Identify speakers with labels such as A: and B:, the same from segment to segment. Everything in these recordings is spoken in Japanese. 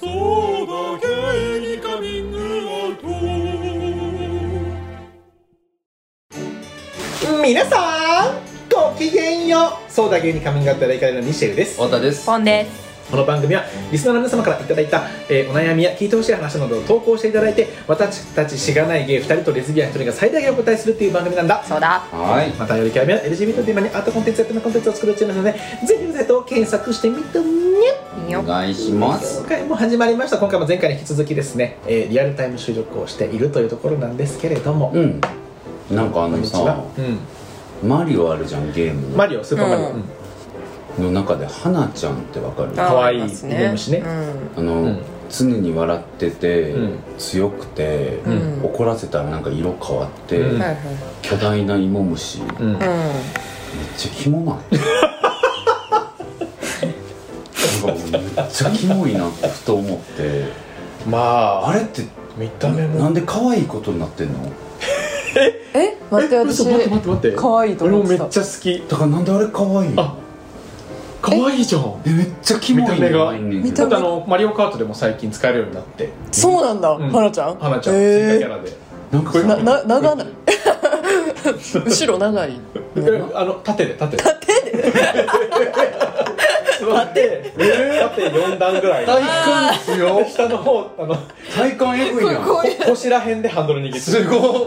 A: そうだゲイにカミングアウト
B: 皆さんごきげんようそうだ芸にカミングアウトライカレのミシェルです
C: 太田です
D: ポンです。
B: この番組はリスナーの皆様からいただいた、えーお悩みや聞いてほしい話などを投稿していただいて私たちしがない芸2人とレズビアン1人が最大限お答えするっていう番組なんだ
D: そうだ。
C: はい
B: またより極めは LGBT のテーマに合ったコンテンツやってのコンテンツを作るチームなのでぜひウェと検索してみてね
D: いい
C: お
D: よ。
C: 願いします
B: 今回も始まりました今回も前回に引き続きですね、えーリアルタイム収録をしているというところなんですけれども、
C: うんなんか
B: こ
C: あ
B: ん
C: の
B: にちは
C: さ、マリオあるじゃんゲー
B: う
C: ム
B: ん、マリオスーパーマリオ、
D: う
B: う
D: ん
B: ん
C: の中で花ちゃんってわかる
D: あー
B: 可愛い
D: あります
B: 犬虫ね
D: うん。
C: あの、
B: うん
C: 常に笑ってて、
B: うん
C: 強くて、
D: うん
C: 怒らせたらなんか色変わって、
B: うん
D: はい
C: 巨大な芋虫、めっ
B: うん
D: はい。
C: ちゃキモないなんかめっちゃキモいなってふと思って
B: ま
C: あ
B: あ
C: れって
B: 見た目も
C: なんで可愛いことになってんの
D: うん。え、待って、
B: え
D: 私
B: 嘘。待って待って待って
D: 可愛いと
B: 俺
D: 思
B: も
D: っ
B: め
D: て。
B: ったちゃ好き
C: だからなんであれ可愛い
B: あ可愛いじゃん
C: えめっちゃキモい
B: 見た目が
C: 見
D: 見
B: だっ
D: た目
B: てあのマリオカートでも最近使えるようになって
D: そうなんだ。
B: うん
D: 花ちゃん。
B: 花ちゃん追加
D: え
B: キャ
D: え。
B: ラで
C: なんかさ
D: な、な、長ない。後ろ長い。
B: えあの縦で縦で縦で縦縦4段ぐらい
C: 体幹ですよ
B: 下の方あの
C: 体幹エグいやん
D: こ
B: 腰らへんでハンドル握って
C: すごっ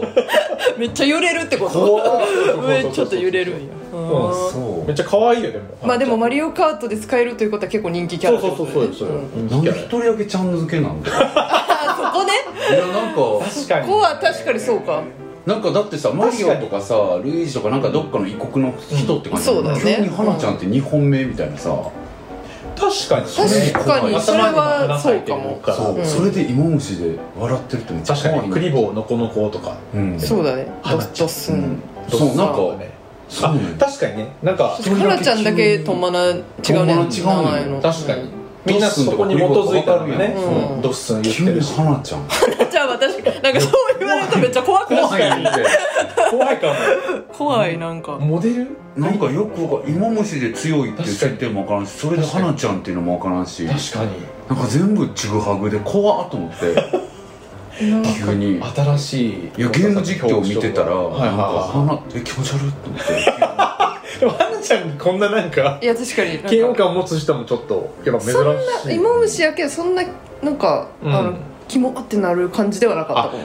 D: うめっちゃ揺れるってこと。上
B: 上
D: ちょっと揺れ
B: る
D: るん
B: ん
D: や。うん
C: そ
B: めっちゃ可愛いよでも
D: まあでもマ
B: リ
D: リオカートで使えるということは結構人気キャ
B: そう
D: ラって
B: そう
D: こと
B: そう
D: ね。
B: そうですよ
D: ん
C: うなんで一人だけちゃん付けなんだよ
D: あ、そこね。
C: いやなんか
B: 確か
D: こ
B: に
D: こは確かにそうか。
C: なんかだってさマリオとかさルイージとかなんかどっかの異国の人って感じ
D: うんそうだね
C: 急に花ちゃんって2本目みたいなさ、
B: 確かに
D: 確かにそれはそうかも。
C: そう、
D: うん
C: それで芋虫で笑ってるってめっちゃ
B: 確かにクリ
C: い
B: ボーのこの子とか
C: うん
D: そうだね。
B: 花
D: ド
B: ちゃん
D: スドス
C: う
D: ン
C: ん。そうなん
B: そう
C: か
B: ね
C: そう
B: あ
C: ね
B: 確かにねなん か
C: それだけ急に
D: カラちゃんだけトンマナ違うね
C: トンマナ違うね
D: 名前の
B: 確かに
D: うん
B: みんなそこに基づいたのがね
D: うん
B: うんドッスン言っ
C: 急
B: て
C: に
B: るし
C: 花ち ゃん
D: じゃあ私なんかそう言われるとめっちゃ怖くなっ
C: 怖いって
B: 怖いか
D: 怖いなんか
B: もモデル
C: なんかよくわかん芋虫で強いっていう設定もわからんしそれで花ちゃんっていうのもわからんし
B: 確かに
C: なんか全部ちぐはぐで怖っと思って 急に
B: 新しい
C: いやゲーム実況を見てたら、
B: はいはい
C: なんか
B: は
C: 花え気持ち悪いと思って
B: いでも花ちゃんにこんななんか
D: いや確かに
B: 嫌
D: なん
B: 悪
D: か
B: 感を持つ人もちょっとやっぱ珍しい
D: 芋虫やけどそんななんか、
B: うん
D: あのキモってなる感じではなかったかも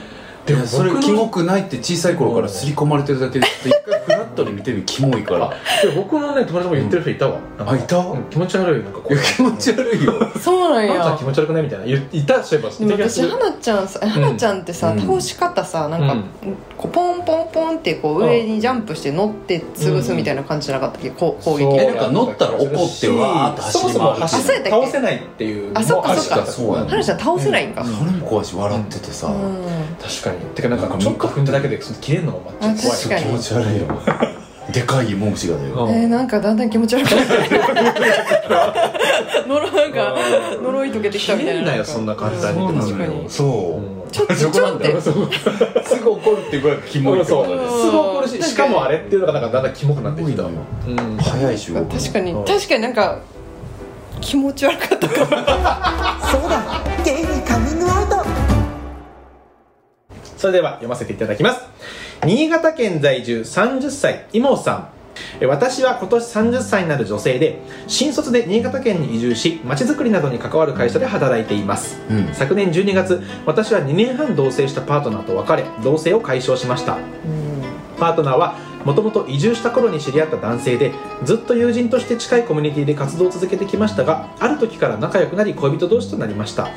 B: でも
C: そ
B: 僕
C: れ
B: の
C: キモくないって小さい頃から刷り込まれてるだけでちょっと一回フラットに見てみキモいから
B: あでも僕のね友達も言ってる人いたわ、なんか
C: あいた
B: うん気持ち悪いなんかこ
C: いや気持ち悪いよ
D: そうなん
B: あんた
D: や
B: 気持ち悪くないみたいな言いたそういえば
D: でも私花ちゃんさ花ちゃんってさ、
C: うん
D: 倒し方さなんか、
B: うん
D: こうポンポンポンってこう上にジャンプして乗って潰すみたいな感じじゃなかったっけこう攻撃
C: そうえなんか乗ったら怒ってわーって走
B: そも
C: り回るし
B: そも走
D: あそうやったっけ
B: 倒せないっていう
D: あそっかそっか
B: 確
C: そうやね
D: 花ちゃん倒せないんか、
C: それも怖いし笑っててさ、
D: うん
B: 確かにてかなんかちょっと踏んだだけでその切れるのがまた怖い
D: 確
C: 気
D: かに
C: 持ち悪いよ でかい芋虫がだよ
B: うん
D: えー、なんかだんだん気持ち悪くなって 呪なんか
B: うん
D: 呪い解けてきたみたい
B: 消え
D: な
B: んなよそんな簡単に
D: うん
C: な
D: 確かに
C: そうう、
B: ん
D: ちょっと
C: そこ
D: ち
C: な
D: ょ
C: ん
D: っ
C: だよ
D: と
B: そう
C: すぐ怒るってぐらいキモいって
B: そ
C: こ
B: う
C: とだよ
B: すごい怒るししかもあれっていうのがなんかだんだんキモくなってきた
C: キモいよ
B: うん
C: 早いし動くの
D: 確かに
B: うん
D: 確かになんか気持ち悪かったかも
B: そうだ
A: ゲイにカミングアウト
B: それでは読ませていただきます新潟県在住30歳いもうさんえ私は今年30歳になる女性で新卒で新潟県に移住しまちづくりなどに関わる会社で働いています
C: うん
B: 昨年12月私は2年半同棲したパートナーと別れ同棲を解消しましたパートナーはもともと移住した頃に知り合った男性でずっと友人として近いコミュニティで活動を続けてきましたがある時から仲良くなり恋人同士となりました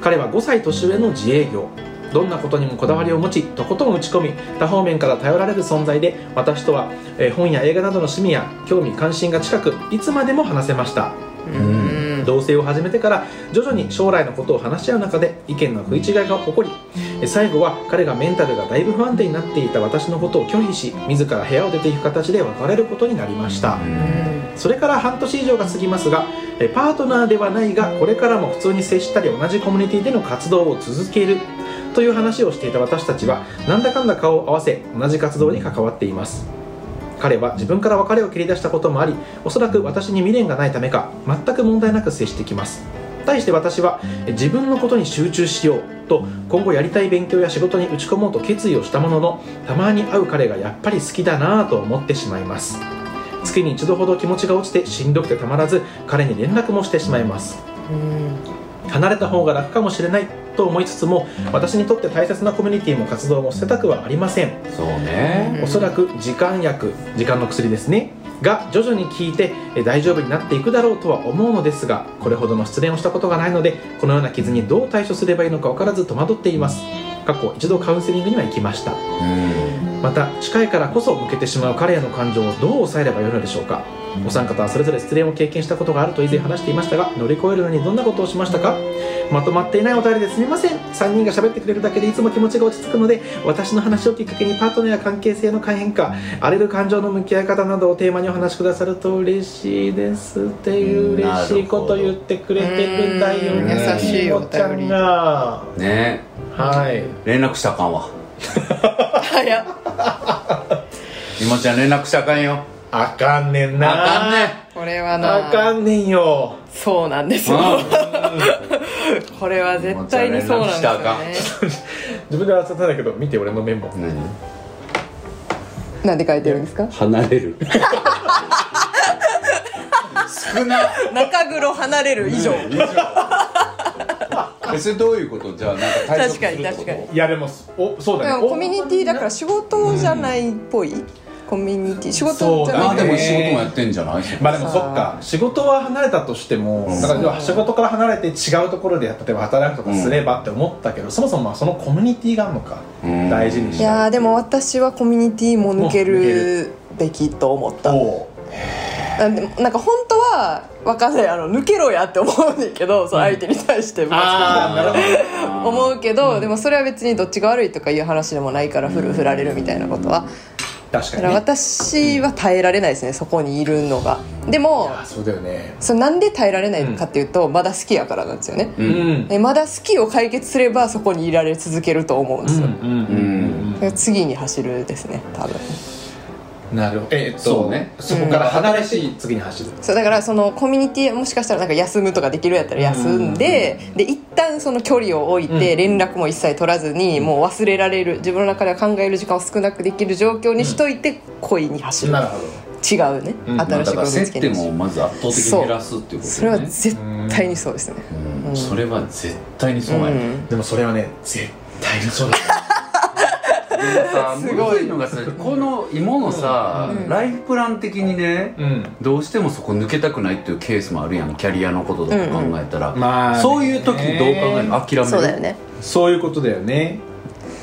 B: 彼は5歳年上の自営業どんなことにもこだわりを持ちとことん打ち込み多方面から頼られる存在で私とは、えー本や映画などの趣味や興味関心が近くいつまでも話せました
D: うん
B: 同棲を始めてから徐々に将来のことを話し合う中で意見の食い違いが起こりえ最後は彼がメンタルがだいぶ不安定になっていた私のことを拒否し自ら部屋を出ていく形で別れることになりましたそれから半年以上が過ぎますがえパートナーではないがこれからも普通に接したり同じコミュニティでの活動を続けるという話をしていた私たちはなんだかんだ顔を合わせ同じ活動に関わっています彼は自分から別れを切り出したこともありおそらく私に未練がないためか全く問題なく接してきます対して私は自分のことに集中しようと今後やりたい勉強や仕事に打ち込もうと決意をしたもののたまに会う彼がやっぱり好きだなぁと思ってしまいます月に一度ほど気持ちが落ちてしんどくてたまらず彼に連絡もしてしまいます
D: うん
B: 離れた方が楽かもしれないと思いつつも私にとって大切なコミュニティも活動も捨てたくはありません
C: そうね
B: おそらく時間薬時間の薬ですねが徐々に効いてえ大丈夫になっていくだろうとは思うのですがこれほどの失恋をしたことがないのでこのような傷にどう対処すればいいのか分からず戸惑っています過去一度カウンセリングには行きました
C: うん
B: また近いからこそ向けてしまう彼への感情をどう抑えればよいのでしょうかお三方はそれぞれ失恋を経験したことがあると以前話していましたが乗り越えるのにどんなことをしましたかまとまっていないお便りですみません3人が喋ってくれるだけでいつも気持ちが落ち着くので私の話をきっかけにパートナーや関係性の改変化荒れる感情の向き合い方などをテーマにお話しくださると嬉しいですっていう嬉しいこと言ってくれてるんだよね
C: うん優し
D: いお便り
B: ちゃんが
C: ね
B: はい
C: 連絡したらあかんわ
D: 早っ
C: いもちゃん連絡したらあかんよ
B: あかんねん
C: あ
B: な
C: かんね
D: これはな
B: あかんねんよ
D: そうなんですよこれは絶対にそうなんですよね
B: 自分で笑っちゃったんだけど見て俺のメモ
C: うん何
D: なんで書いてるんですか
E: 離れる
C: 少な
D: 中黒離れる以上
C: 以上 えそれどういうことじゃあなんか退職するってこと
D: 確かに確
B: いやでもおそう
D: で
B: だね
D: もコミュニティだから仕事じゃないっぽい、コミュニティ仕事じゃ
C: ま
D: な
C: あ
D: い
C: でも仕事もやってんじゃない
B: まあでもそっか仕事は離れたとしてもだから要は仕事から離れて違うところで例えば働くとかすればって思ったけど、そもそもまあそのコミュニティがあるのか、
C: うん
B: 大事にし
D: いや
B: た
D: ーでも私はコミュニティも抜け
B: もう抜け
D: るべきと思った
B: おう
D: なんでなんか本当は分かんないあの抜けろやって思うんだけど、その相手に対しても
B: ああなるほど
D: 思うけど、でもそれは別にどっちが悪いとかいう話でもないから振る振られるみたいなことは
B: 確
D: だ
B: か
D: か
B: らにね
D: 私は耐えられないですねそこにいるのがでも
B: あそうだよね
D: それなんで耐えられないかっていうと、まだ好きやからなんですよね、
B: うんうん
D: えまだ好きを解決すればそこにいられ続けると思うんですよ、
B: うん
C: う、ん
D: で次に走るですね多分
B: なるほどえっと
C: そうね
B: そこから離れし次に走る
D: そうだからそのコミュニティもしかしたらなんか休むとかできるやったら休んで、で一旦その距離を置いて連絡も一切取らずに、もう忘れられる自分の中では考える時間を少なくできる状況にしといて恋に走る、
B: なるほど
D: 違うね、
B: うん
C: まあ
D: 新し
C: だ
D: いこ
C: から
D: と見つ
C: 接
D: け
C: 点
D: に
C: もまず圧倒的に減らすっていうこと
D: それは
C: ね
D: 絶対にそうですね、
C: うんそれは絶対にそうやね
B: でもそれはね絶対にそうだよ
C: でもさ
D: すごい
C: むずのがさこの芋のさ
D: うん
C: ライフプラン的にね
B: うん
C: どうしてもそこ抜けたくないっていうケースもあるやんキャリアのこととか考えたら、
B: まあね
C: そういう時どう考えるの諦める
D: そうだよね
B: そういうことだよね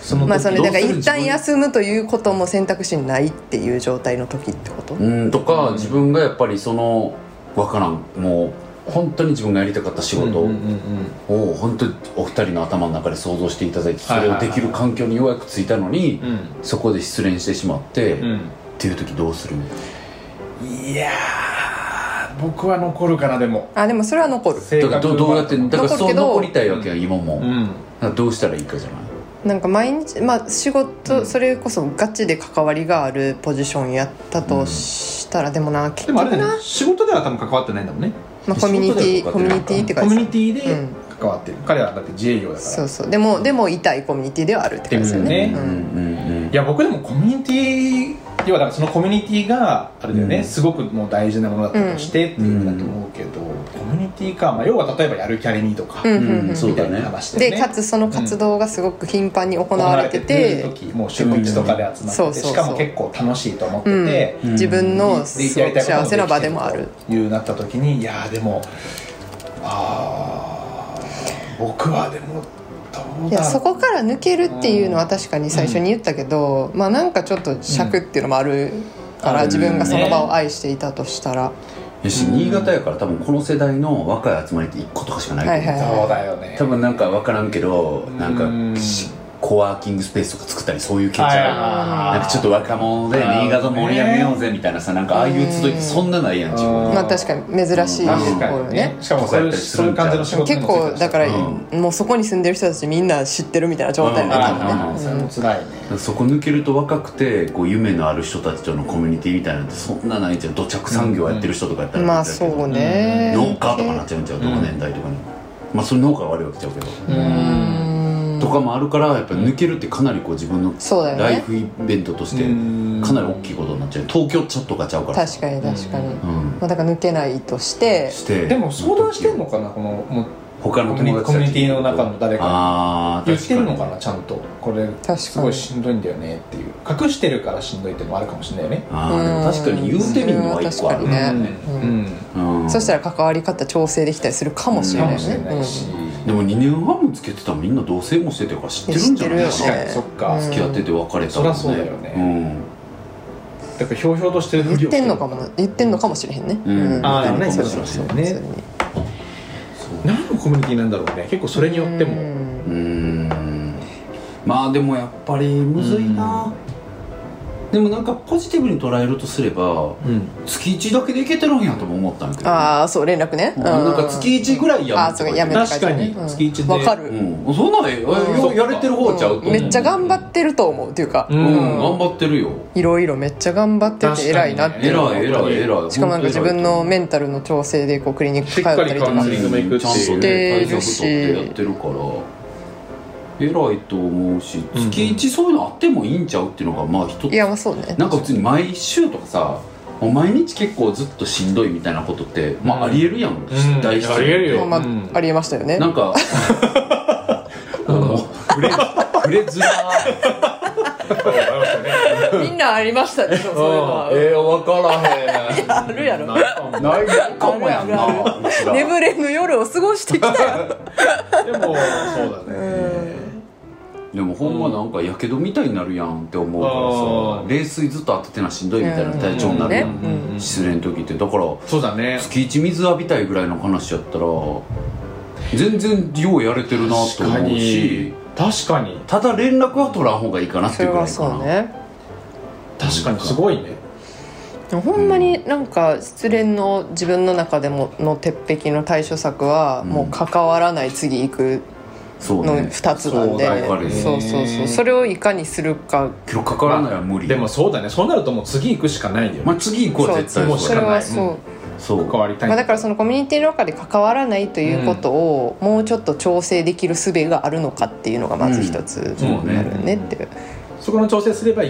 B: その時
D: まあそれ
C: どう
D: だ
C: す
D: か
C: る
D: ら一旦
C: 自分
D: 休むということも選択肢にないっていう状態の時ってこと、
C: うんとか、自分がやっぱりそのわからんもう本当に自分がやりたかった仕事
B: うんうんうん
C: を本当にお二人の頭の中で想像していただいてそ
B: はいはいはい
C: れをできる環境にようやくついたのに、
B: うん
C: そこで失恋してしまって、
B: う
C: っ
B: ん
C: ていう時どうする
B: いやー僕は残るかなでも
D: あでもそれは残る
B: 性
C: だからどどうやってだから
D: 残る
C: そう
D: けど
C: 残りたいわけや今も、
B: う
C: だか
B: ん
C: らどうしたらいいかじゃない
D: なんか毎日まあ仕事、それこそガチで関わりがあるポジションやったとしたら、でもな結
B: で
D: 局
B: もあ
D: な、
B: れだよね仕事では多分関わってないんだもんね
D: まあ、コミュニテ
C: 仕事で
D: ィ
C: は
D: コミュニティって
B: コミュ
D: 感
B: ニ
D: じ
B: ティで
D: う
B: 関わってる、彼らだって自営業だから
D: そうそうでもでも痛いコミュニティではあるって感じですよね
B: って
C: う
B: こ
D: うんん
C: うんうん
B: いや僕でもコミュニティ要はだからそのコミュニティがあれだよね、
C: うん
B: すごくもう大事なものだったとしてっていうふうだと思うけど、コミュニティか、まあ、要は例えばやるキャリにとか、
D: うんうん
C: うん
D: うん
C: そう
B: みた
C: だ
B: いな
C: ね
B: 話だよ
D: で
B: ね
D: かつその活動がすごく頻繁に行われてて、
B: 行われ時もう週1とかで集まってて、
D: うんそうそうそう
B: しかも結構楽しいと思ってて、
D: うん自分のすご
B: やり
D: く
B: たいこと
D: 幸せな場でもある
B: というなった時にいやーでもあー僕はでもどう
D: い
B: だ
D: や
B: ろ
D: そうこから抜けるっていうのは確かに最初に言ったけど、まあなんかちょっと尺っていうのもあるから、
B: うん
D: 自分がその場を愛していたとしたら、
C: よし新潟やから多分この世代の若い集まりって1個とかしかないと思
D: は
C: う、
D: いはい
B: そうだよね
C: 多分なんか分からんけどなん
B: うん
C: かしコワーキングスペースとか作ったりそういう系じゃん
B: あー
C: なんかちょっと若者で新潟盛り上げようぜみたいなさなんかああいう集いってそんなないやん自分
B: うん
D: まあ確かに珍しい方
B: 確か
D: よ
B: にね
D: ね。
B: しかもそういうそういう感じの仕事に
D: 結
B: も就いて
D: 構
B: るし
D: だから、
C: う
D: もうそこに住んでる人たちみんな知ってるみたいな状態になった
C: うん
D: の
B: あー
D: ね、
B: それも辛いね
C: そこ抜けると若くてこう夢のある人たちとのコミュニティみたいなのってそんなないじゃん土着産業やってる人とかやったら
D: まあそうね、
C: 農家とかなっちゃうんちゃう同年代とかにまあそれの方が悪いわけちゃうけど、とかもあるからやっぱ抜けるってかなりこう自分の
D: そうだよね
C: ライフイベントとして
A: うん
C: かなり大きいことになっちゃう東京ちょっとがちゃうから
D: 確かに確かに、ま
C: うん
D: あ、だから抜けないとして
C: して
A: でも相談してんのかなこのもう
C: 他の友達たち
A: コミュニティの中の誰かに
C: あー
A: 言ってるの
C: 確
A: かなちゃんとこれ
D: かに
A: すごいしんどいんだよねっていう隠してるからしんどいっていうのもあるかもしれないよね
C: あーでも確かに言うてみるのは一個ある
D: うん
C: ね、
A: う
D: うん
A: ん、
C: うん
D: そしたら関わり方調整できたりするかもしれ
A: か
D: な
A: も
D: いよ
A: しれ
D: ね、
A: ないし、
C: でも2年半もつけてたらみんな同棲もしててるから知ってるんじゃない
D: いや知
A: 確
D: っ
A: かに
D: てるよね
A: そっか、
D: うん
C: 付き合ってて別れた
A: そりゃそうだよねだからひょうひょうとしてる
D: うん
A: ふりを
D: 言
A: し
D: っ
A: て
D: て
A: る
D: んのかもな言ってんのかもしれへんね、
C: うん
A: あーでもね
D: そう
A: そうです
D: そ
A: よ
D: う
A: ね
D: そうそう
A: 何のコミュニティなんだろうね結構それによっても、
D: うん
C: うんうんまあでもやっぱりむずいな、でもなんかポジティブに捉えるとすれば
A: うん、
C: 月1だけでいけてるんやとも思ったんやけど、
D: ああそう連絡ね、
C: うんなんか月1ぐらいや
D: あーそうやめ
C: た
D: た感じね
A: 確かに月一で
D: わかる、
C: うんそんなんえ
D: うん
C: ややれてる方ちゃうと思う、
D: めっちゃ頑張ってると思うっていうか、
A: うん
C: うん頑張ってるよ
D: いろいろめっちゃ頑張ってて偉いなって
C: 偉
D: いうのは
C: い偉い偉い
D: しかもなんか自分のメンタルの調整でこうクリニック通ったりと
A: しっかりカウン
D: か
A: セリングも行くし
C: ちゃんとね対策取ってやってるから偉いと思うし
A: うん
C: 月1そういうのあってもいいんちゃうっていうのがまあ一つ
D: いやまあそうね
C: なんか普通に毎週とかさもう毎日結構ずっとしんどいみたいなことってまあありえるやん、
A: ん
C: 大必要
A: ありえるよ
D: まあ
A: うん
D: まあありえましたよね
C: なんかもう触れ触れづら
D: みんなありましたねそうそういうのは
C: え分からへん
D: あるやろ
C: ないかもやんなうちら
D: 眠れぬ夜を過ごしてきたよ
A: でもそうだね
C: でもほんまなんかやけどみたいになるやんって思うから
A: う
C: さ
A: ん
C: 冷水ずっと当ててなしんどいみたいな体調になるや
D: うんんねうん
C: 失恋の時ってだから
A: そうだね
C: 月一水浴びたいぐらいの話やったら全然ようやれてるなと
A: 確か
C: 思う
A: に
C: し
A: 確かに
C: ただ連絡は取らん方がいいかなっ
D: そ
C: てい
D: れ
C: うぐら
D: はいそ
C: か
D: う
C: な
D: ね
A: 確かにすごいね
D: でもほんまになんか失恋の自分の中でもの鉄壁の対処策はもう関わらない次行く
C: そう
D: の
C: ね
D: 2つなんで
C: そうだよわかるよ
D: そうそうそうそれをいかにするか
C: 記録かからないは無理
A: でもそうだねそうなるともう次行くしかないよ
C: まあ次行こうは絶
D: そう
C: 対
A: もう
D: それ
A: かない
D: はそう、
C: そう
A: 関わりたい
D: まあ、だからそのコミュニティの中で関わらないということをもうちょっと調整できる術があるのかっていうのがまず一つ
C: うんそうね
D: あるねっていう、
A: そこの調整すれば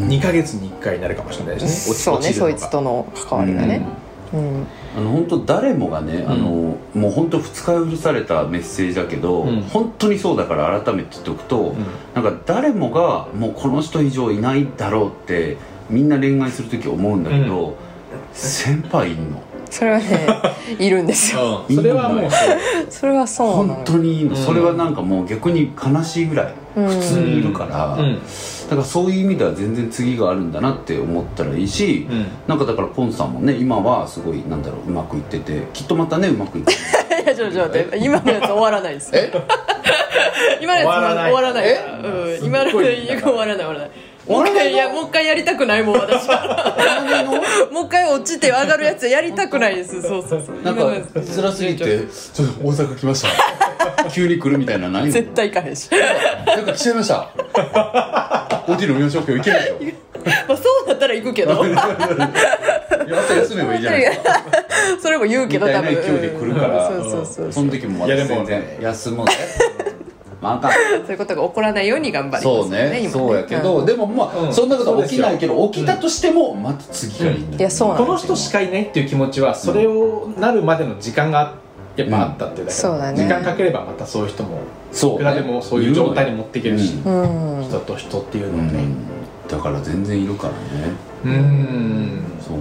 A: 2ヶ月に1回になるかもしれないですね落ち
D: そうね
A: 落ちるの
D: そ
A: が
D: いつとの関わりがね、うん
C: あの本当誰もがね、
A: ん
C: あのもう本当2日許されたメッセージだけど、
A: うん
C: 本当にそうだから改めて言っておくと、なんか誰もがもうこの人以上いないだろうってみんな恋愛する時思うんだけど、先輩いんの
D: それはねいるんですよ
A: うんそれはもうそう
D: それはそうなの
C: 本当にいいの、
A: うん
C: それはなんかもう逆に悲しいぐらい
D: うん
C: 普通にいるから、
A: うん
C: だからそういう意味では全然次があるんだなって思ったらいいし、
A: うん
C: なんかだからポンさんもね今はすごいなんだろううまくいっててきっとまたねうまくいってる
D: いやちょちょ待って今のやつ終わらないですよ今のや
A: 終
D: つ
A: わらない
D: 終わらないからうん今のやつ終わらない終わらないもう一回いやもう一回やりたくないもう私はもう一回落ちて上がるやつやりたくないですそうそうそう今
C: なん
D: のや
C: か
D: つ
C: 辛すぎてちょっと大阪来ました 急に来るみたいなのないの
D: 絶対行かへんし
C: なんか来ちゃいました OT 飲みましょう今日行 けるでし
D: まあそうだったら行くけど
C: ょいや朝休めばいいじゃないですか
D: それも言うけ
C: み
D: ど
C: た
D: 多
C: いな
D: 分
C: 勢いで来るから、
D: うんそうそうそう
C: その時もま
A: いや
C: た
A: でも
C: 全然休もうね まああかん
D: そういうことが起こらないように頑張ります
C: そう
D: よ
C: ね
D: 今
C: そうやけど、
D: ん
C: でもまあ、
A: うん
C: そんなことは起きないけど起きたとしても、また次がいいんだよ
D: いやそうな
A: こ
D: の
A: の人しかいないっていう気持ちはそれをなるまでの時間がやっぱあったっていうだけ
D: そうだね
A: 時間かければまたそういう人も
C: そう
A: いくらでもそういう状態に持っていけるし
C: うん
D: うん
A: 人と人っていう
C: う
A: のはね
C: んだから全然いるからね
A: うーん
C: そう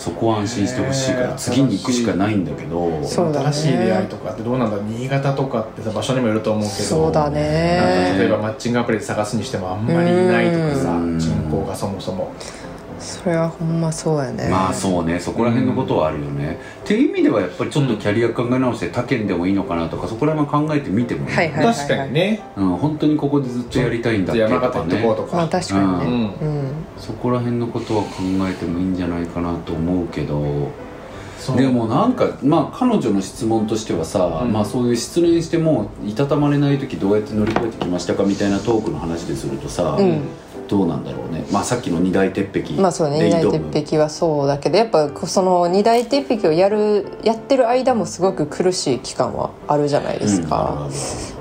C: そこは安心してほしいから、
A: ねえ
C: 次に行くしかないんだけど
D: そうだね
A: 新しい出会いとかってどうなんだろう新潟とかってさ場所にもよると思うけど
D: そうだ
A: なんか例え
D: ね
A: ばマッチングアプリで探すにしてもあんまりいないとかさ
C: うん
A: 人口がそもそも
D: それはほんまそうやね
C: まあそうねそこら辺のことはあるよね、っていう意味ではやっぱりちょっとキャリア考え直して他県でもいいのかなとかそこら辺は考えてみてもいい、
D: はいはい
A: 確かにね
C: うん、本当にここでずっとやりたいんだっけ
A: 山
C: と
A: 形
C: か
A: 行っとこう
C: ね
A: と
D: まあ
A: か
D: 確か
A: う
D: にね
A: ん
D: うん
C: そこら辺のことは考えてもいいんじゃないかなと思うけど
A: そう
C: でもなんかまあ彼女の質問としてはさ、
A: うん
C: まあそういう失恋してもういたたまれない時どうやって乗り越えてきましたかみたいなトークの話でするとさ、
D: うん
C: どうなんだろうね、まあ、さっきの二大鉄壁で挑む、
D: まあそうね二大鉄壁はそうだけどやっぱその二大鉄壁をやるやってる間もすごく苦しい期間はあるじゃないですか、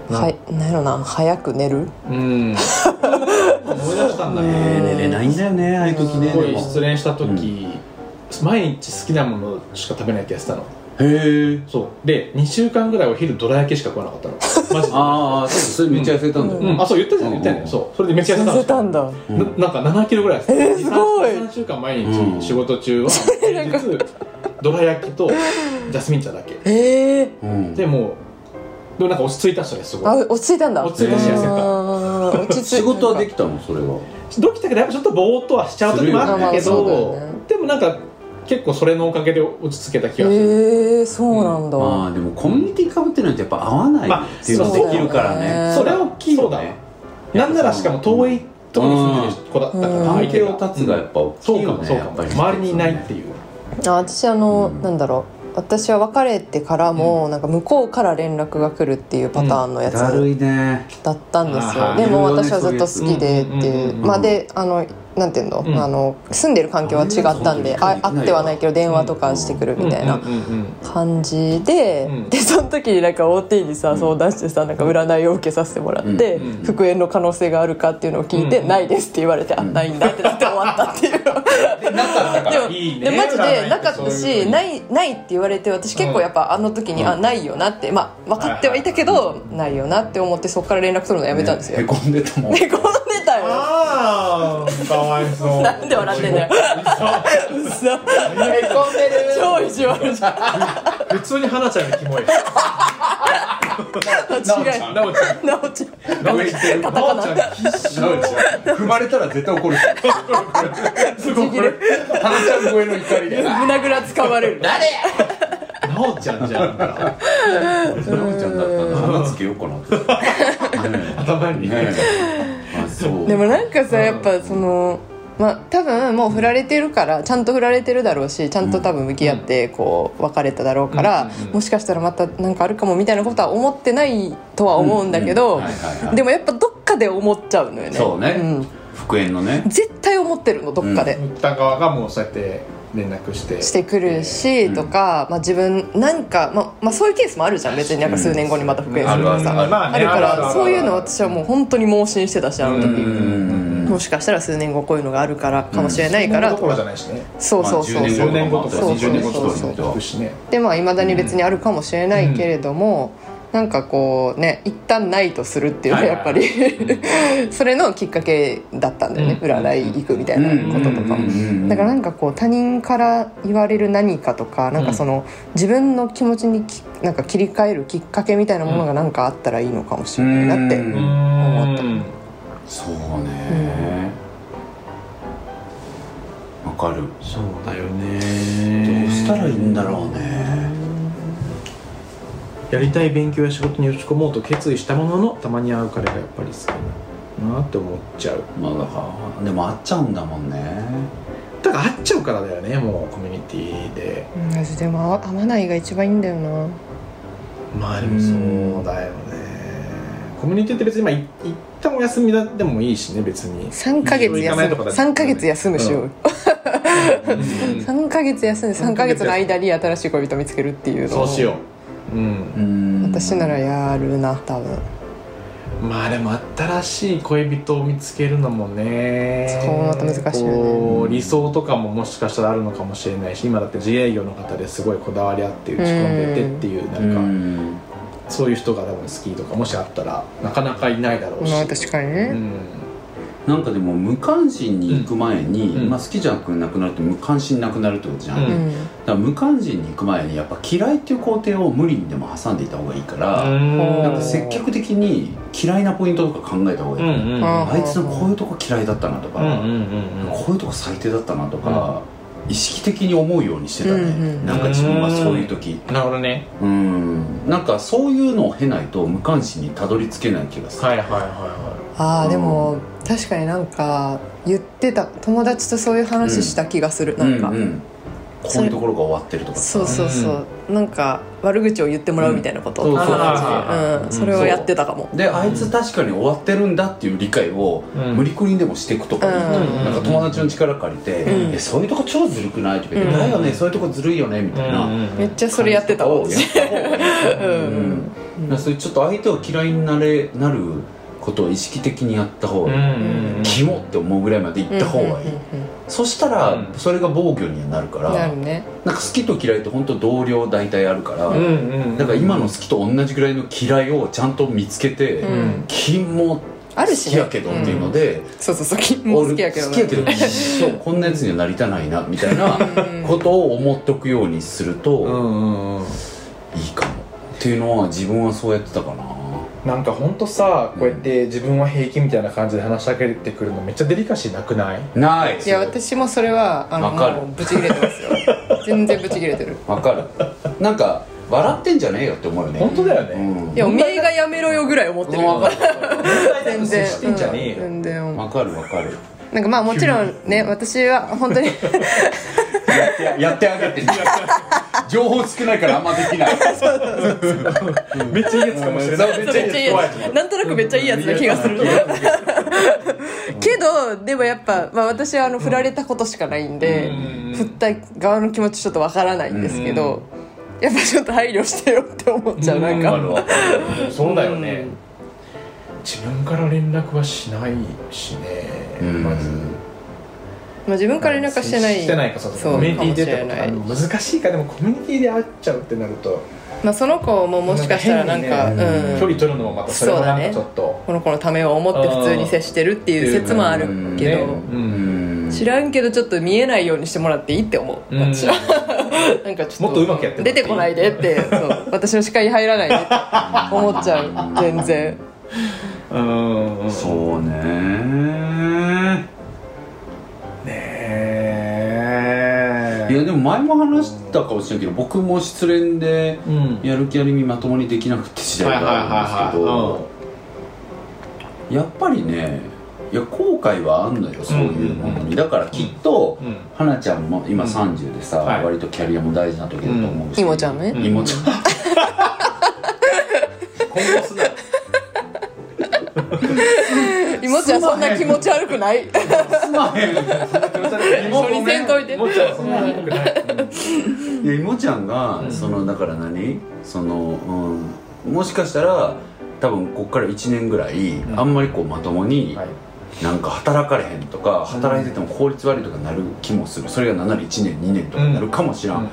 B: うん
D: はいなんやろな早く寝る
B: うん、思い出したんだけど、
C: ねえ寝れないんだよねああいう時ね
B: すご
C: で
B: い
C: も
B: 失恋した時、
C: う
B: 毎日好きなものしか食べないってやってたの
C: へえ
B: そうで2週間ぐらいお昼どら焼きしか食わなかったのマジで
C: ああそうそれめっちゃ痩せたんだよ、
B: うん、あそう言ったじゃん言ったよね、
C: うん
B: そうそれでめっちゃ痩せた
D: 痩
B: の
D: せたんだ
B: ななんか7キロぐらいですえ
D: すごい
B: 3週間毎
C: う
B: 日
C: ん
B: 仕事中 は平日どら焼きとジャスミン茶だけ
D: ええ
C: うん
B: でもうでもなんか落ち着いた人ですご
D: あ
B: い
D: 落ち着いたんだ
B: 落ち着いたし痩せた
D: あー落ち着いた
C: 仕事はできたのそれは
B: どきたけどやっぱちょっとぼーっとはしちゃう時もあったけ
D: するよねまあま
B: ど、
D: あそうだよね
B: でもなんか結構それのおかげで落ち着けた気がする、
D: ええそうなんだ、
C: まあでもコミュニティかぶってないとやっぱ合わないっていうの
B: まあ
C: できるからね,、
D: そうだよね
B: それは大きいよ
C: そうだね
B: ねなんならしかも遠いところに住んでる子だったから、
D: うん
C: 関
B: 相手
C: 係
B: が
C: を立つがやっぱ大き
B: そ
C: いう
B: か
C: よ
B: も
C: ね
B: そうか
C: やっ
B: も
C: ぱり
B: 周りにいないって
C: う
B: いう
D: あ私あの、
C: うん
D: なんだろう私は別れてからも、なんか向こうから連絡が来るっていうパターンのやつ
C: だるいね
D: だったんです
B: あ
D: よ
B: ー
D: でも
C: いろいろね
D: 私はずっと好きでって
B: そういう
D: い
B: や
D: う
B: つ
D: まあであのなんていうの,、
B: うん
D: あの住んでる環境は違ったんで
C: あ
D: あ
C: ー
D: 会ってはないけど電話とかしてくるみたいな
B: うんうんうんうん
D: 感じで、
B: うん
D: でその時になんか OT にさ
C: ん
D: 相談してさなんか占いを受けさせてもらって、
B: うんうん
D: 復縁の可能性があるかっていうのを聞いて「
B: うん
D: ないです」って言われて「あ
C: ん
D: ないんだ」ってなって終わったっていう。
B: でなかったか
D: でも
B: らいいね
D: でマジ
B: 占い
D: でなかった
B: そういう
D: し
B: の
D: ないないって言われて私結構やっぱあの時に、
C: うん
D: あないよなってまあ分かってはいたけど、ないよなって思ってそこから連絡取るのやめたんですよ、
C: へこんでたもん
D: へこんでたよ
B: ああかわいそう
D: なんで笑ってんだよ嘘
B: へこんでる
D: 超意地悪じゃん
B: 普通に花ちゃんがキモいなお
D: 間違い
B: ちゃん
D: なおちゃん
B: なおちゃんなおちゃん必死なおちゃ
C: 踏まれたら絶対怒る
B: んすごいこれ
C: 花ちゃん超えの怒りで
D: 胸ぐらつかまれる
B: なおちゃんじゃん
C: それおちゃんだったら花つけようかなってね
B: 頭
C: え
B: に
C: ねえあそう
D: でもなんかさやっぱそのまあ多分もう振られてるからちゃんと振られてるだろうしちゃんと多分向き合ってこう別れただろうから
B: うんうんうん
D: もしかしたらまたなんかあるかもみたいなことは思ってないとは思うんだけど
C: うんはいはいはい
D: でもやっぱどっかで思っちゃうのよね
C: そうね、
D: ん
C: 復縁のね
D: 絶対思ってるのどっかで、
B: 歌側がもうそうやって連絡して
D: してくるしとか、まあ、自分なんか、まあまあ、そういうケースもあるじゃん別になんか数年後にまた復縁するとかさ、
B: うんまあね
D: あるか
B: あるあるあ
D: ら
B: る
D: そういうの私はもう本当に盲信してたしあの
C: うん
D: 時、
C: うんうん
D: もしかしたら数年後こういうのがあるからかもしれないから、
B: どころじゃないしね
D: そうそうそう
C: まあ
D: そう、
B: 10年後とか
D: そう
B: 20年後
D: そう
B: と
D: そ
B: か
D: う
B: に聞くしね
D: でまあいまだに別にあるかもしれないけれども、なんかこうね一旦ないとするっていうのは
B: は
D: や
B: い
D: っぱり、 それのきっかけだったんだよね、
B: うん
D: 占い行くみたいなこととか
C: うんうんうんうん
D: だからなんかこう他人から言われる何かとかなんかその、自分の気持ちにきなんか切り替えるきっかけみたいなものがなんかあったらいいのかもしれないなって、
C: うん
B: う
D: 思った
B: ん
C: そうねわ、かる
B: そうだよ
C: どう
B: ね
C: したらいいんだろうね
B: やりたい勉強や仕事に打ち込もうと決意したもののたまに会う彼がやっぱり好きだなって思っちゃう
C: まあだからでも会っちゃうんだもんね
B: だから会っちゃうからだよねもうコミュニティで
D: うんでも合わ合わないが一番いいんだよな
B: まあでもそうだよねコミュニティって別にまあい一旦お休みだでもいいしね別に
D: 3ヶ月
B: 一緒に行かない
D: 休
B: と
D: む
B: かだったらね
D: 3ヶ月休むし ようよ、
B: うん
D: 3ヶ月休んで3
B: 3
D: ヶ
B: ヶ
D: 月
B: 月
D: の間に新しい恋人見つけるっていうの
B: そ
D: を
B: うしよううん
C: うん
D: 私ならやるな多分
B: まあでも新しい恋人を見つけるのもね
D: そこもまた難しいよね
B: こう理想とかももしかしたらあるのかもしれないし今だって自営業の方ですごいこだわりあって打ち込んでてっていう
C: う
B: なんか
C: ん
B: そういう人が多分好きとかもしあったらなかなかいないだろうし、
D: まあ確かに
B: う
D: ね、
B: ん
C: なんかでも無関心に行く前に、
B: うん
C: まあ、好きじゃなくなくなるって無関心なくなるってことじゃん、
B: うん
D: うん
C: だから無関心に行く前にやっぱ嫌いっていう工程を無理にでも挟んでいた方がいいから、なんか積極的に嫌いなポイントとか考えた方が
B: う
C: い
B: ん
C: い、
B: うんうん
D: あ
C: あいつのこういうとこ嫌いだったなとか、
B: うんうん
C: こういうとこ最低だったなとか、意識的に思うようにしてたね、
D: うんうん
C: なんか自分はそういう時
B: うんなるほどね
C: うんなんかそういうのを経ないと無関心にたどり着けない気がする、
B: はいはいはいは
D: ああ
C: うん
D: でも、確かになんか言ってた友達とそういう話した気がする、なんか、
C: うんうんこういうところが終わってるとか
D: そ
C: さ
D: うそうそう、なんか悪口を言ってもらうみたいなこと、
C: うん
D: あ
C: そうそう
B: そう
D: ーうん、それをやってたかも、
C: であいつ確かに終わってるんだっていう理解を
B: うん
C: 無理くりでもしていくとか、
D: うん
C: なんか友達の力借りて、
D: うん
C: えそういうとこ超ずるくないとか言って、
D: うん
C: だよねそういうとこずるいよねみたいな、
D: めっちゃそれやってたわ
C: をやった方がいい
D: うん
C: うんだからそういうちょっと相手を嫌いになれなることを意識的にやった方がいい、キモって思うぐらいまで行った方がいい、
D: うんうんうんうん
C: そしたら、
B: うん
C: それが防御になるから
D: なるね
C: なんか好きと嫌いって本当同量大体あるから、だ
B: だ
C: から今の好きと同じぐらいの嫌いをちゃんと見つけて、
D: うん
C: 金も
D: あ
C: 好
D: るしね
C: きやけどっていうので、
D: そうそうそう君も好きやけど
C: 俺
D: な
C: 好きやけど一 生こんなやつにはなりたないなみたいな
D: うん
C: ことを思っとくようにする
B: う
C: と
B: んうんうん
C: いいかもっていうのは自分はそうやってたかな
B: なんかほんとさこうやって自分は平気みたいな感じで話しかけてくるのめっちゃデリカシーなくない
C: ない
D: いや私もそれはあの
C: わかる
D: もうブチ切れて ますよ全然ブチ切れてる
C: わかるなんか笑ってんじゃねえよって思うよね
B: 本当だよね
C: うん
D: いやおめえがやめろよぐらい思ってる
C: わかる
B: 全
D: 全
B: 然
D: 然
B: してんじゃねえ
D: う
B: よ
D: ん全然思う
C: わかるわかる
D: なんかまあもちろんね私は本当に
C: やってやってあげて情報少ないからあんまできない
B: めっちゃいいやつかもしれない
D: め
C: め
D: っちゃいいやつなんとなくめっちゃいいやつな気がする けどでもやっぱ、まあ、私はあの振られたことしかないんで、
B: うん
D: 振った側の気持ちちょっとわからないんですけど、やっぱちょっと配慮してよって思っちゃうなん
C: わか
D: か、
C: るわか
B: そうだよね自分から連絡はしないしね
C: るうん
B: まず
D: まあ、自分から連絡はしてない
B: してないかそう
D: そう
B: コミュニティでって
D: かも
B: こと
D: しれ
B: あ
D: ない
B: の難しいかでもコミュニティで会っちゃうってなると
D: まあ、その子ももしかしたらなんか
B: なん
C: か変にね
B: 距
D: うん、
B: 離取るのもまたそれもなんかちょっと
D: この子のためを思って普通に接してるっていう説もあるけど、
B: うんね
C: うん
D: 知らんけどちょっと見えないようにしてもらっていいって思う、
B: うん
D: 私はなんかちょっと
B: もっとうまくやってもらっていい
D: 出てこないでってそう 私の視界に入らないでって思っちゃう全然
B: うんうん
C: そうね
B: ね
C: いやでも前も話したかもしれないけど僕も失恋で
B: うん
C: やる気ありみまともにできなくて時代があるんですけどやっぱりねいや後悔はあんのよそういうもの
B: うんうんう
C: にだからきっと
B: うん
C: 花ちゃんも今30でさ
B: はい
C: 割とキャリアも大事な時だと思うし
D: うんいもちゃんね
C: いもちゃん今後すな
D: 妹ちゃんそんな気持ち悪くない
C: すまへん
D: 処理せんといて
B: もっちゃんそんなに良くない
C: いやいもちゃんが、
B: うん
C: そのだから何その、うん、もしかしたら多分こっから1年ぐらい、
B: ん
C: あんまりこうまともに、
B: はい
C: なんか働かれへんとか働いてても効率悪いとかなる気もするそれが何なら1年2年とかなるかもしらん、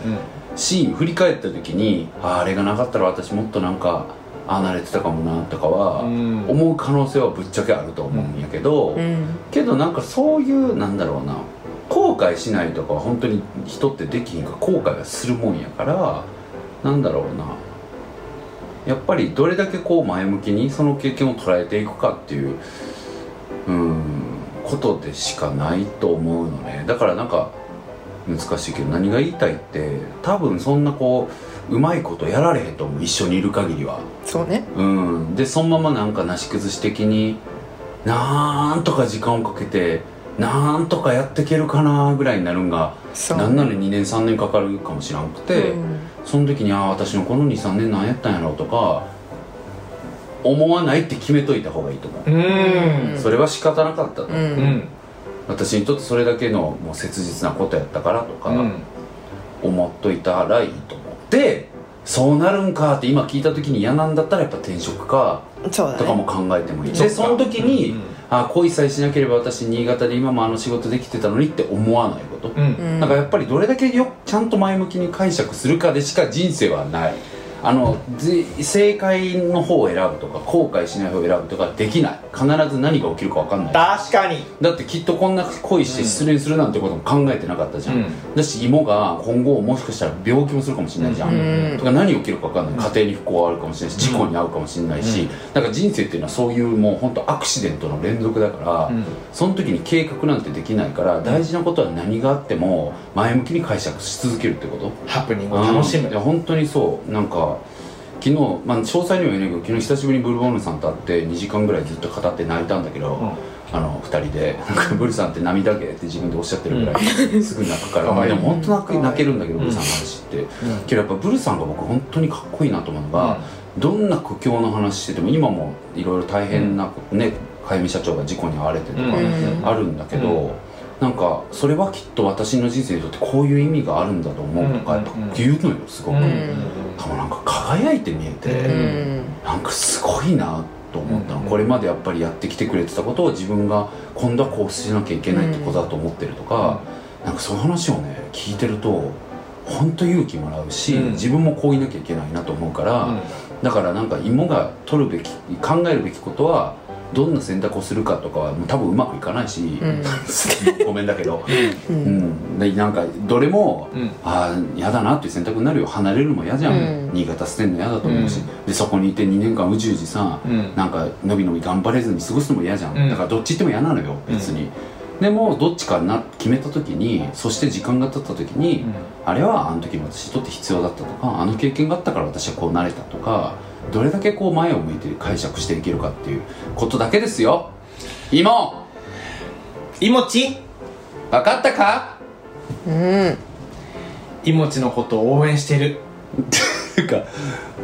C: し振り返った時にあーあれがなかったら私もっとなんかああなれてたかもなとかは、
B: うん
C: 思う可能性はぶっちゃけあると思うんやけど、
D: うん
C: けどなんかそういうなんだろうな後悔しないとかは本当に人ってできひんから後悔はするもんやからなんだろうなやっぱりどれだけこう前向きにその経験を捉えていくかっていううんことでしかないと思うのねだからなんか難しいけど何が言いたいって多分そんなこううまいことやられへんと思う一緒にいる限りは。
D: そうね
C: うん、でそのままなんかなし崩し的になんとか時間をかけてなんとかやっていけるかなぐらいになるんが
D: そう
C: なんなら2年3年かかるかもしらんくて、
D: うん
C: その時にああ私のこの23年何やったんやろうとか思わないって決めといた方がいいと思う、
B: うん
C: それは仕方なかったと、
D: うん
B: うん
C: 私にとってそれだけのもう切実なことやったからとか、
B: うん
C: 思っといたらいいと思うでそうなるんかって今聞いた時に嫌なんだったらやっぱ転職か
D: そうだ
C: とか
D: ね
C: も考えてもいい
B: そっ
C: で
B: か
C: その時に、
B: うん
C: あ恋さえしなければ私新潟で今もあの仕事できてたのにって思わないこと、
B: う
D: うんん
C: なんかやっぱりどれだけよちゃんと前向きに解釈するかでしか人生はないあのぜ正解の方を選ぶとか後悔しない方を選ぶとかできない必ず何が起きるか分かんない
B: 確かに
C: だってきっとこんな恋して失恋するなんてことも考えてなかったじゃん、
B: うん
C: だし芋が今後もしかしたら病気もするかもしれないじゃん、
D: うん
C: とか何起きるか分かんない家庭に不幸があるかもしれないし事故に遭うかもしれないし、なんか人生っていうのはそういうもう本当アクシデントの連続だから、
B: うん
C: その時に計画なんてできないから大事なことは何があっても前向きに解釈し続けるってこと、
B: ハプニングを楽しむ
C: いや本当にそうなんか昨日、まあ、詳細には言えないけど昨日久しぶりにブルボンヌさんと会って2時間ぐらいずっと語って泣いたんだけど、
B: うん
C: あの2人でなんか「ブルさんって涙毛」って自分でおっしゃってるぐらいすぐ泣くから、まあ、でも本当泣く泣けるんだけど、ブルさんの話って、けどやっぱブルさんが僕本当にかっこいいなと思うのが、どんな苦境の話してても今もいろいろ大変なことね早見社長が事故に遭われてとか、あるんだけど、
B: う
C: なんかそれはきっと私の人生にとってこういう意味があるんだと思うとか
B: うん
C: やっぱ言うのよすごく、
B: うん
C: でもなんか輝いて見えて、
D: うん
C: なんかすごいなと思ったの、
B: うん
C: これまでやっぱりやってきてくれてたことを自分が今度はこうしなきゃいけないってことだと思ってるとか、なんかそういう話をね聞いてると本当勇気もらうし、
B: うん
C: 自分もこういなきゃいけないなと思うから、だからなんか芋が取るべき考えるべきことはどんな選択をするかとかはもう多分うまくいかないし、 ごめんだけど、
D: う
C: うんん、でなんかどれも、
B: うん
C: ああ嫌だなっていう選択になるよ離れるのも嫌じゃん、
D: うん
C: 新潟捨てるの嫌だと思うし、
B: う
C: でそこにいて2年間うじうじさ、
B: うん
C: なんかのびのび頑張れずに過ごすのも嫌じゃん、
B: うん
C: だからどっち行っても嫌なのよ別に、でもどっちかな決めた時にそして時間が経った時に、あれはあの時の私にとって必要だったとかあの経験があったから私はこうなれたとかどれだけこう前を向いて解釈していけるかっていうことだけですよ今
B: いもち
C: 分かったか
D: うん
B: いもちのことを応援してる
C: っていうか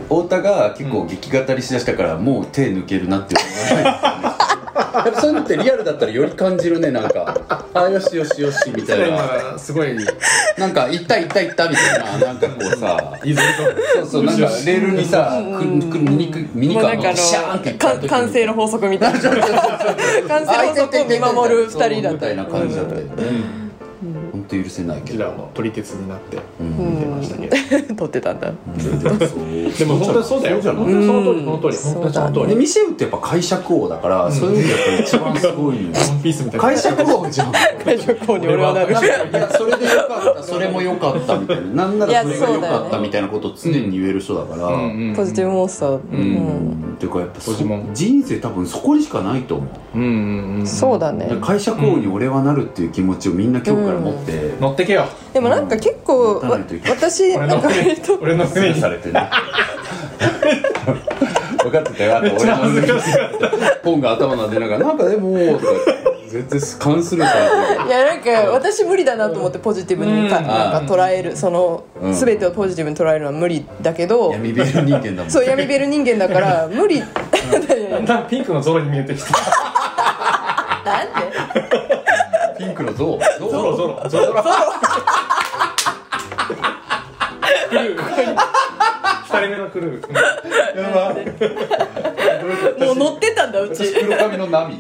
C: 太田が結構激語りしだしたから、もう手抜けるなって思わないですよね やっぱそういうのってリアルだったらより感じるねなんかあよしよしよしみたいな
B: すごい
C: なんか行った行った行ったみたいななんかこうさ
B: いずれ
C: そうそうなんかレールにさくくミニクミニ
D: も
C: カ
D: うなん
C: ー
D: かあ
C: がシャーンって行
D: の
C: った時
D: か
C: に
D: 完成の法則みたいな完成の法則を見守る2人だ
C: み
D: った
C: いな感じだったよ
D: う
C: ね本当許せないけ
B: キ
C: ど
B: ラも撮り鉄になって
C: う
B: 見
C: ん
B: てましたけど
D: ん撮ってたんだ
B: でも本当にそうだよ本当にその通りその通り
D: うん
B: 本当にその
D: そ
B: 通
D: う
C: で
B: り
C: ミシェルってやっぱ解釈王だから、そういう意味でやっぱ一番すごいよね
B: ワンピースみたいな
C: 解釈王じゃん
D: 会場校に俺はなる
C: いやそれでよかったそれもよかったみたいななんなら
D: い
C: そ
D: や
C: れがよ
D: そう
C: か
D: だ
C: った
D: よね
C: みたいなことを常に言える人だから
B: うんうん
D: ポジティブモンスター
C: う
D: うん
C: んっていうかやっぱそ
B: ポジモン
C: 人生多分そこにしかないと思う
B: うんうんうん
D: そうだね
C: 解釈王に俺はなるっていう気持ちをみんな今日から持って
B: 乗ってけよ
D: でもなんか結構
C: うん
D: わ私
B: 俺
D: なん
B: の
D: か 割と
B: 俺の船
C: 制
B: に
C: されてね分かってたよあと
B: ちゃ恥
C: 俺
B: ず
C: の
B: かしか
C: 本が頭撫でながら「なんかでも」とか全然関するされてる
D: いやなんか私無理だなと思ってポジティブにか
B: うん
D: なんか捉えるその
C: うん
D: 全てをポジティブに捉えるのは無理だけど
C: 闇ビル人間だもん
D: そう闇ベル人間だから無理いやいやいや
B: だんだんピンクのゾロに見えてきた
D: なんで
C: ピンクの像像
B: ゾロゾロゾロゾロクルー二人目のクルー
C: やば
D: もう乗ってたんだうち
C: 私黒髪の波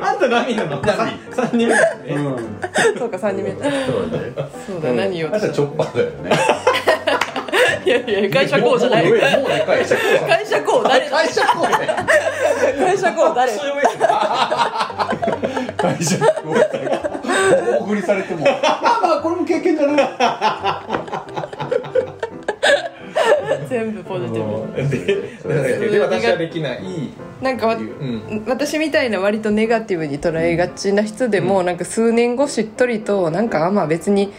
B: あんた何なの
C: 何
B: 三人目だね
C: うん
D: そうか3人目
C: そうだね
D: そうだ何よ
C: あんたチョッパーだよね
D: いやいや会社こうじゃない
C: もう上もうでかい
D: 会社こう誰
C: 会社こうだよ
D: 会社こう誰
B: 年上だね
C: 会社こうだよ大振りされてもまあまあこれも経験だな
D: 全部ポジティ
B: ででで私はできない
D: ブなんかわ
B: うん
D: 私みたいな割とネガティブに捉えがちな人でも、なんか数年後しっとりとなんかあまあ別に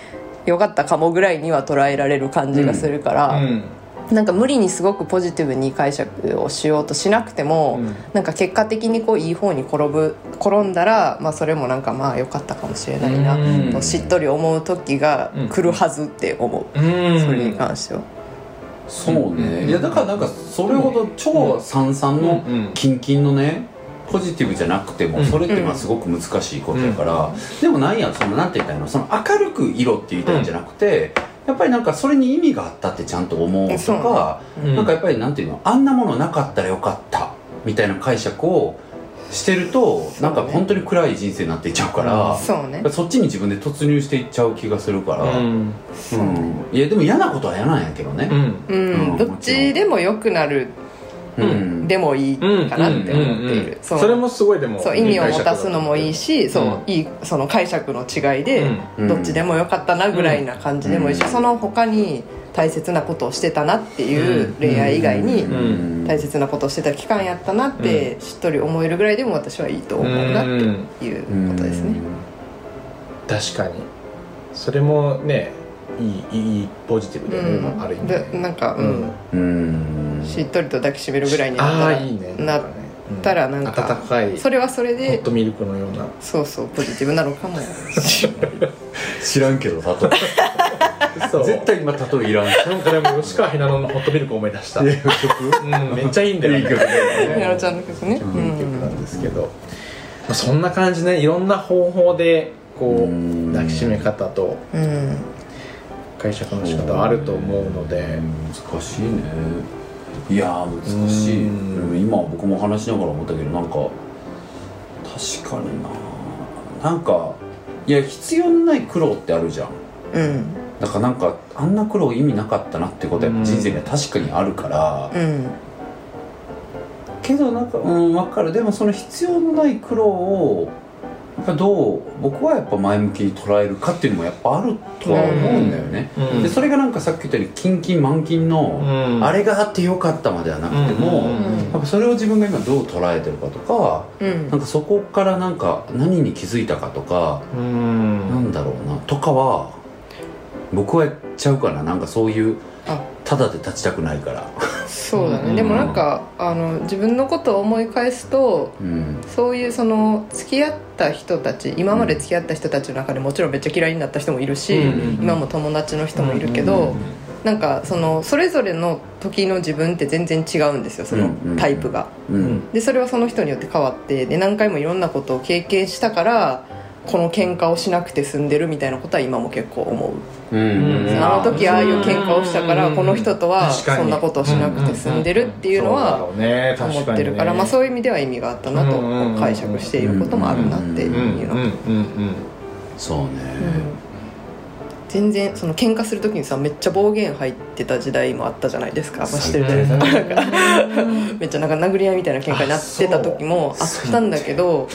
D: 良かったかもぐらいには捉えられる感じがするから、
B: うん
D: なんか無理にすごくポジティブに解釈をしようとしなくても、
B: うん
D: なんか結果的にこういい方に転ぶ転んだら、まあ、それもなんかまあ良かったかもしれないな
B: うん
D: としっとり思う時が来るはずって思
B: う
D: う、
B: ん
D: それに関しては。
C: そう
B: う
C: ね
B: ん
C: いやだからなんかそれほど超三々
B: うん
C: のキンキンのねポジティブじゃなくて
B: う
C: も
B: ん
C: それってまあすごく難しいことやからでもなんやそのなんて言ったらいいのその明るく色って言いたいんじゃなくてやっぱりなんかそれに意味があったってちゃんと思うと
D: そう
C: か
B: うん
C: なんかやっぱりなんていうのあんなものなかったらよかったみたいな解釈をしてると
D: そうね
C: なんか本当に暗い人生になっていっちゃうから、
D: そうね
C: そっちに自分で突入していっちゃう気がするから、
B: う
C: うん
B: ん
C: いやでも嫌なことは嫌なんやけどね
B: う、ん
D: う
C: うん
D: ん、どっちでも良くなる
B: うん
D: でもいいかなって思っている、
B: そ
D: の
B: れもすごいでも
D: そう意味を持たすのもいい
B: し
D: し、そう
B: うん
D: いいその解釈の違いで、
C: うん
D: どっちでもよかったなぐらいな感じでもいいし、
C: うん
D: その他に大切なことをしてたなっていう恋愛以外に
B: ん
D: 大切なことをしてた期間やったなってしっとり思えるぐらいでも私はいいと思うなっ
B: ん
D: ていうことですね。
B: 確かにそれもねいいいいいいポジティブ
D: う
B: でね、
D: ん
B: ある意味
D: で
B: ね
D: なんか、
B: う
D: うんん、
C: うん
D: しっとりと抱きしめるぐらいになった
B: ああ
D: ら
B: いいね
D: な
B: ね
D: たらなんか、
B: 温かいホ
D: それはそれ
B: ッ
D: で
B: トミルクのような
D: そうそうポジティブなのかも
C: 知らんけど例
B: そ
C: え
B: う
C: 絶対今例えいらんし
B: なんかでも吉川ひなののホットミルクを思い出した、う
C: い
B: ん、
C: や曲
B: めっちゃいいんだよね
C: いい曲だよね
D: ひなのちゃんの曲ね、
C: うん
B: いい曲なんですけど、まあ、そんな感じねいろんな方法でこ
C: うん
B: う抱きしめ方と
D: うん
B: 解釈の仕方はあると思うので
C: 難しいねいやー難しい
B: うん
C: うん今僕も話しながら思ったけどなんか確かにななんかいや必要のない苦労ってあるじゃん
D: うん
C: だからなんかあんな苦労意味なかったなってことはやっぱ人生には確かにあるから、
D: うん
C: けどなんかうん分かるでもその必要のない苦労をやっぱどう僕はやっぱ前向きに捉えるかっていうのもやっぱあるとは思うんだよね、
B: うん
C: でそれがなんかさっき言ったようにキンキン満金の、
B: うん
C: あれがあってよかったまではなくて
B: う
C: も、
B: ん
D: うん
C: やっぱそれを自分が今どう捉えてるかとか
D: うん
C: なんかそこからなんか何に気づいたかとか、
B: うん
C: なんだろうなとかは僕はやっちゃうからなんかそういう
D: あ
C: ただで立ちたくないから、
D: そうだね、
B: うん
D: でもなんかあの自分のことを思い返すと
C: うん、
D: そういうその付き合った人たち今まで付き合った人たちの中でもちろんめっちゃ嫌いになった人もいるし、
B: うんうんうん
D: 今も友達の人もいるけど、なんかそのそれぞれの時の自分って全然違うんですよそのタイプが。
C: うんうん
D: でそれはその人によって変わってで何回もいろんなことを経験したからこの喧嘩をしなくて済んでるみたいなことは今も結構思う、
C: うん
B: うん
D: あの時ああいう喧嘩をしたから
B: うん
D: この人とは
B: 確かに
D: そんなことをしなくて済んでるっていうの
B: そ
D: は
B: うだろうね
D: 思
B: 確
D: っ
B: かに
D: て
B: ね
D: るからまあそういう意味では意味があったなと
B: うんうんうん
D: 解釈していることもあるなって
B: うんうん
D: いうの、うん
B: うん
C: そうね、
D: 全然その喧嘩する時にさめっちゃ暴言入ってた時代もあったじゃないですか、まあ、してるじゃないですかめっちゃなんか殴り合いみたいな喧嘩になってた時もあったんだけど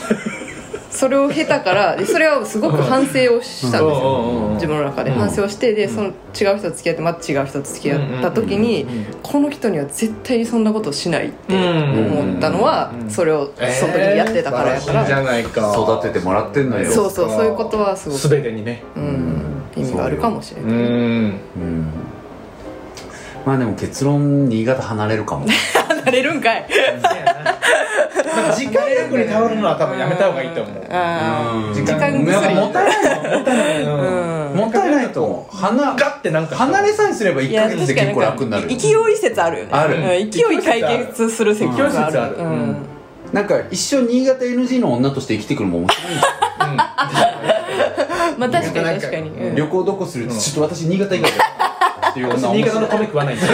D: それを経たからでそれはすごく反省をしたんですよ
B: うん
D: 自分の中で
B: うん
D: 反省をしてでその違う人と付き合ってまた違う人と付き合った時にこの人には絶対にそんなことをしないって思ったのは
B: うん
D: それをその時やってたから
B: えー
D: やか
B: 素晴しいじゃ
D: ら
B: ないか
C: 育ててもらってんのよ
D: そうそうそういうことはすごく
B: 全てにね
D: うん意味があるかもしれ
B: う
D: ない
B: ん
C: うんまあでも結論新潟離れるかも
D: なれるんかい
B: 時間力に頼るのは多分やめた方がいいと思う
D: あ
C: うん
D: 時間
C: も
D: 薬
C: もったいないもったいない
D: あう
B: うん
D: ん
C: もったいないと思う離
B: ガッてなんか
C: 離れさえすれば
D: い
C: 1
D: や
C: ヶ月
D: 確
C: で
D: かに
C: 結構
D: なん
C: 楽
D: か
C: になる
D: 勢い説あるよね
C: ある
D: うん勢い解決する説
B: 勢い説
D: がある
B: ある
D: うん
C: なんか一生新潟 NG の女として生きてくるのも面白いんですよ
D: まあ確か
B: な
D: に
B: んか
D: 確かにうん
C: 旅行どこするってちょっと私新潟以外だ っていう女
B: 新
C: 面
B: 潟
C: 白
B: の米
C: い
B: 食わないんで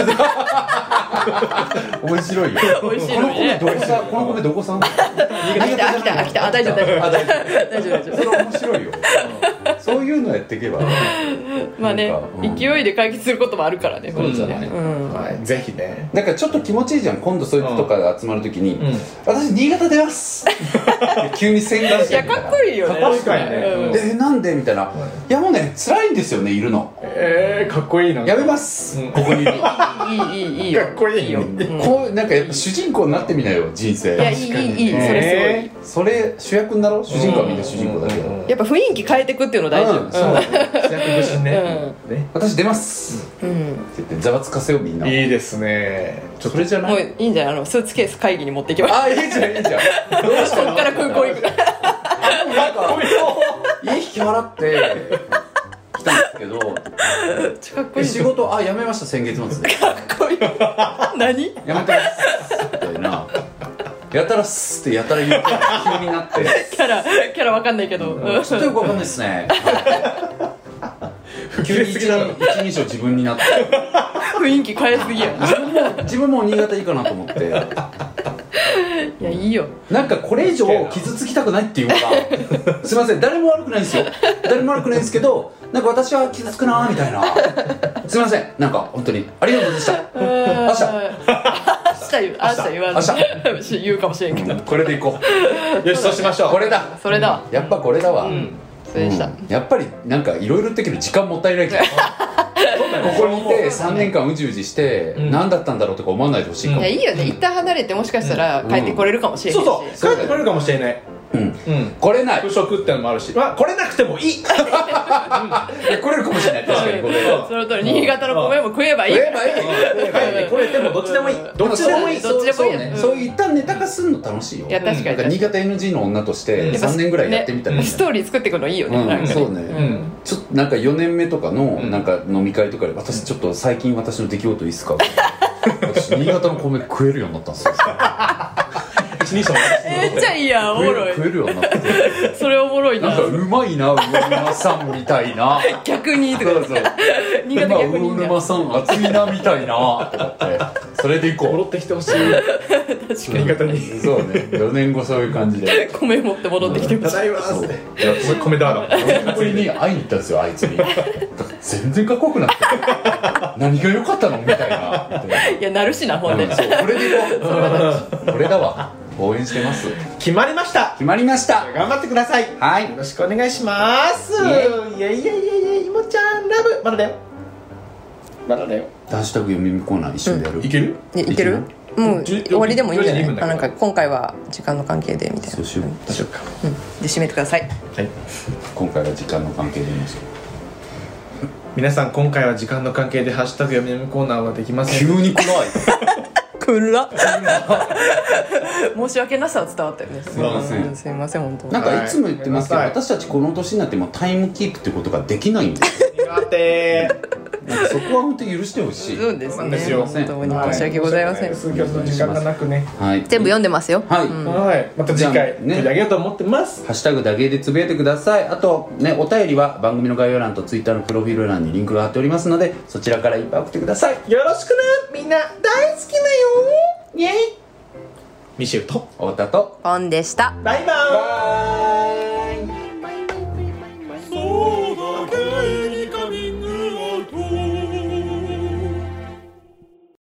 C: 面白いよ
D: 美味しいのにね
C: この米どこさんこの米どこさん
D: 飽き
C: 新
D: た飽きた飽きたあ大丈夫大丈夫
C: あ大丈
D: 大丈夫大丈
C: 夫それ面白いよそういうのやっていけば
D: 夫 まあね
C: なんかうん
D: 勢いで解決することもあるからね
B: そうじゃ
D: 本当
B: な
D: に
B: い
D: うん
B: はいぜひね
C: なんかちょっと気持ちいいじゃん今度そういう人とか集まるときに、
B: うん
C: 私新潟出ます って急に宣言し
D: い
C: て
D: やかっこいいよね
B: 確かにね
D: うん
C: えなんでみたいな、いやもうね辛いんですよねいるの
B: えーかっこいいな
C: やめます、ここにいるの
D: いいいいいいよ
B: かっこいいよ
C: こうなんかやっぱ主人公になってみなよ人生
D: いやいいいいいいそれす
B: す
C: それ主役になろう主人公はみんな主人公だけど、
D: ごいやっぱ雰囲気変えてくっていうの大事
C: うんそう
B: ごい主役武士ねね
C: 私出ます
D: うん
C: って言ってざわつかせようみんない
B: いですねちょっ
C: そ
B: と
C: れじゃな
D: もう
C: い
D: いいんじゃないあのスーツケース会議に持っていけば
C: あいいじゃんいいじゃんどうし
D: そ
C: た
D: っから空港行く
C: のなんかいい引き払って来たんですけど
D: かっこい
C: え
D: い
C: 仕事あ辞めました先月末で
D: かっこいい何
C: やめてますみたいなやたらすってやたら言うて急になって
D: キャラキャラわかんないけどうん
C: ちょっとよくわかんないですね 急に一人一人称自分になって
D: 雰囲気変えすぎや
C: 自分も自分も新潟いいかなと思って
D: いやいいよ
C: なんかこれ以上傷つきたくないっていうかすいません誰も悪くないんですよ誰も悪くないんですけどなんか私は傷つくなーみたいなすいませんなんか本当にありがとうございま
D: 明日明日言わない明日言うかもしれんけ
C: し
D: ど
C: たこれでいこ
B: よしそうしまし
C: う
B: ょ
C: こ
B: う
C: れ だ
D: それだわ
C: やっぱこれだわ、
D: うんそれでした、
C: うんやっぱりなんかいろいろ言ったけど時間もったいないからここにいて3年間うじうじして
B: ん
C: 何だったんだろうとか思わないでほしいか
D: い
C: も
D: やいいよね一旦離れてもしかしたら帰ってこれるかもしれんし
B: そうそう帰ってこれるかもしれない
C: うん
B: うん
C: 来れない
B: 服飾ってのもあるし、まあ、来れなくてもいい
C: いや来れるかもしれない確かにこれ
B: うん
C: は
D: その通り新潟の米も食えばいい
C: 来ればいい
B: 来れてもどっちでもいいどっちでもいい
D: どっちでもいい
C: そうね
D: うん
C: そういう一旦ネタ化するの楽しいよ
D: いや確かに
C: なん新潟 NG の女として
D: やっぱ
C: 3年ぐらいやってみたらいい
D: ね
C: ん
D: ス
C: じゃ
D: ト
C: ない
D: ーリー作っていくのいいよね、
C: うん
D: なんかね
C: そうね
B: うん
C: ちょっとなんか4年目とかの
B: うん
C: なんか飲み会とかで私ちょっと最近私の出来事いいっすか私新潟の米食えるようになったんですよ
B: 一人称
D: めっちゃいいやんおも
C: 食え
D: ろい
C: 食えるようになって
D: それおもろい
C: なん
D: な
C: かうまいな魚沼さんみたいな
D: 逆にと
C: そ
D: か
C: うそう
D: 新潟
C: 今
D: 逆に
C: 魚沼さん熱いなみたいなとかってそれでいこ
B: 戻
C: う
B: ってきてほしい新潟に
C: そうね4年後そういう感じで
D: 米持って戻ってきてほ
B: た
D: しい
B: だいま
C: そう
B: ー
C: いやそれ
B: 米だーだ
C: これに会いに行ったんですよあいつにだから全然かっこよくなって何が良かったのみたいなみたい
D: いやなるしなほんで、
C: なそうこれでいこうこれだわ応援してます
B: 決まりました
C: 決まりました
B: 頑張ってくださいよ
C: はい
B: ろしくお願いしますいやいやいやいやいもちゃんラブまだだよまだだよ
C: ダッシュタグ読みコーナー一緒にやる、
B: いける
D: いいけるもう
B: じゅ
D: 終わりでもいいんじゃない
B: 4時2分だ
D: あ
B: から
D: なんか今回は時間の関係でみたいな
C: そうしよう
B: 大丈夫か
D: うんで締めてください
B: はい
C: 今回は時間の関係で言いますけど
B: 皆さん今回は時間の関係でハッシュタグ読み読みコーナーはできません
C: に来ない
D: くら申し訳なさは伝わったよねす
C: いません
D: すいません本当
C: なんかいつも言ってますけど、
B: はい
C: 私たちこの年になってもタイムキープってことができないんですよ
B: 苦手
C: なんかそこは本当に許してほしい
D: そうです
B: なん
D: ね
B: ですよ
D: 本当に申し訳ございません、
B: は申し訳ないです今日の時間がなくね
C: はい
D: 全部読んでますよ
C: はい、
D: うん
B: はいまた次
C: じゃあね
B: 回取り上げようと思ってます
C: ハッシュタグだけでつぶやいてくださいあとねお便りは番組の概要欄とツイッターのプロフィール欄にリンクが貼っておりますのでそちらからいっぱい送ってください
B: よろしくなみんな大好きだよイエイミシェルと
C: 太田と
D: ポンでした
B: バイバーイ